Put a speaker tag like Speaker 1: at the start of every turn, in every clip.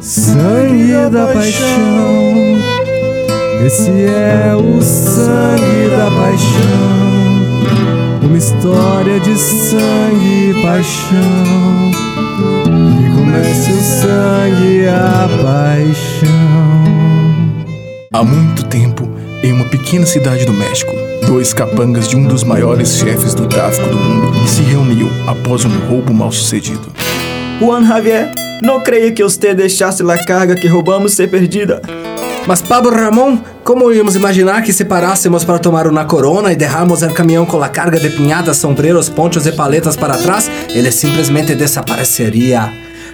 Speaker 1: Sangue da paixão, esse é o sangue da paixão, uma história de sangue e paixão. Que comece o sangue a paixão.
Speaker 2: Há muito tempo, em uma pequena cidade do México, dois capangas de um dos maiores chefes do tráfico do mundo se reuniu após um roubo mal sucedido.
Speaker 3: Juan Javier, não creio que você deixasse a carga que roubamos ser perdida.
Speaker 4: Mas Pablo Ramon, como íamos imaginar que se parássemos para tomar uma corona e derrarmos o caminhão com a carga de pinhadas, sombreros, ponchos e paletas para trás, ele simplesmente desapareceria.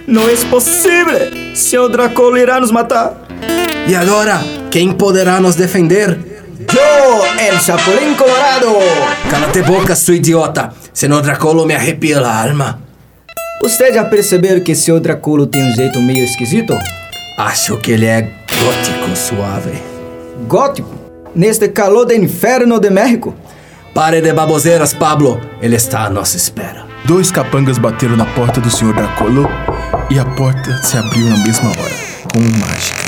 Speaker 3: Não é possível! Seu Dracolo irá nos matar!
Speaker 4: E agora, quem poderá nos defender?
Speaker 5: Eu, El Chapulín Colorado!
Speaker 4: Cala-te boca, sua idiota, senão Dracolo me arrepia a alma.
Speaker 5: Você já perceberam que seu Dracolo tem um jeito meio esquisito?
Speaker 4: Acho que ele é gótico suave.
Speaker 5: Gótico? Neste calor do inferno de México?
Speaker 4: Pare de baboseiras, Pablo. Ele está à nossa espera.
Speaker 2: Dois capangas bateram na porta do Sr. Dracolo e a porta se abriu na mesma hora, com um mágica.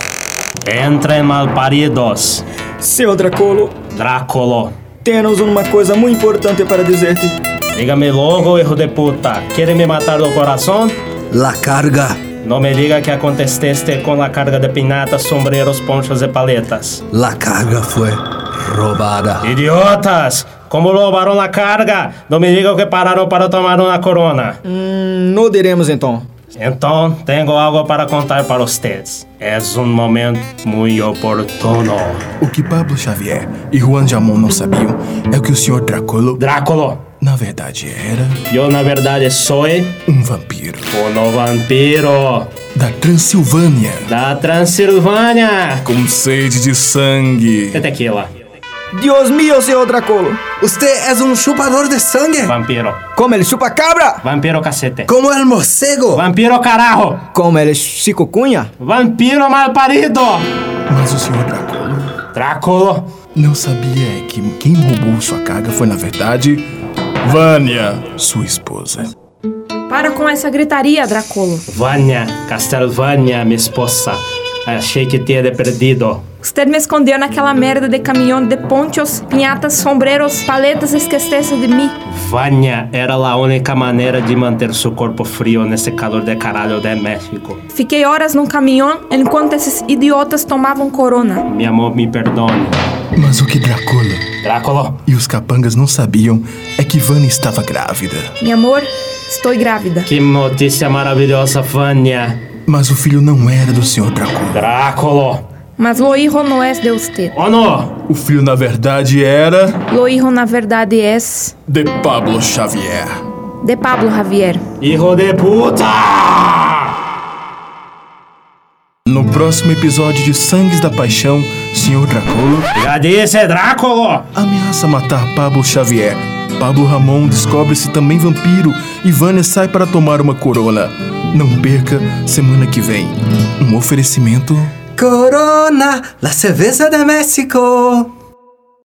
Speaker 6: Entrem malparidos.
Speaker 3: Seu Dracolo,
Speaker 6: Drácolo.
Speaker 3: temos uma coisa muito importante para dizer-te.
Speaker 6: Dígame logo, hijo de puta. ¿Quiere me matar do coração?
Speaker 4: La carga.
Speaker 6: Não me diga que aconteceste com a carga de pinatas, sombreros, ponchos e paletas.
Speaker 4: La carga foi roubada.
Speaker 6: Idiotas! Como roubaram a carga? Não me digam que pararam para tomar uma corona.
Speaker 5: Não diremos então.
Speaker 6: Então, tenho algo para contar para vocês. É um momento muito oportuno.
Speaker 2: O que Pablo Xavier e Juan Jamon não sabiam é que o Sr. Dracolo,
Speaker 6: Drácolo,
Speaker 2: na verdade, era
Speaker 6: eu na verdade sou
Speaker 2: um vampiro
Speaker 6: um vampiro
Speaker 2: da Transilvânia,
Speaker 6: da Transilvânia.
Speaker 2: com sede de sangue.
Speaker 6: Que tequila,
Speaker 3: Deus meu, seu Dracolo!
Speaker 4: Você é um chupador de sangue?
Speaker 6: vampiro,
Speaker 5: Como ele chupa cabra?
Speaker 6: vampiro cacete.
Speaker 4: Como el morcego?
Speaker 6: Vampiro carajo!
Speaker 5: Como ele chico cunha?
Speaker 6: Vampiro malparido!
Speaker 2: Mas o Sr. Dracolo
Speaker 6: Drácula!
Speaker 2: não sabia é que quem roubou sua carga foi, na verdade, Vânia, sua esposa.
Speaker 7: Para com essa gritaria, Dracolo.
Speaker 6: Vânia, Castelvânia, minha esposa. Achei que tinha de perdido.
Speaker 7: Você me escondeu naquela merda de caminhão de ponchos, pinhatas, sombreros, paletas, esquecesse de mim.
Speaker 6: Vânia era a única maneira de manter seu corpo frio nesse calor de caralho de México.
Speaker 7: Fiquei horas num caminhão enquanto esses idiotas tomavam corona.
Speaker 6: Meu amor, me perdoe.
Speaker 2: Mas o que Dracolo
Speaker 6: Drácula,
Speaker 2: e os capangas não sabiam é que Vânia estava grávida.
Speaker 7: Meu amor, estou grávida.
Speaker 6: que notícia maravilhosa, Vânia.
Speaker 2: Mas o filho não era do Sr. Dracolo.
Speaker 6: Drácula!
Speaker 7: Mas o hijo não é de você.
Speaker 6: Oh, não!
Speaker 2: O filho, na verdade, era
Speaker 7: O hijo, na verdade, é
Speaker 2: de Pablo Xavier.
Speaker 7: de Pablo Javier.
Speaker 6: Hijo de puta!
Speaker 2: No próximo episódio de Sangues da Paixão, Sr. Dracolo
Speaker 6: Já disse, Drácula!
Speaker 2: ameaça matar Pablo Xavier. Pablo Ramon descobre-se também vampiro e Vânia sai para tomar uma corona. Não perca semana que vem. Um oferecimento.
Speaker 4: Corona, la cerveza de México.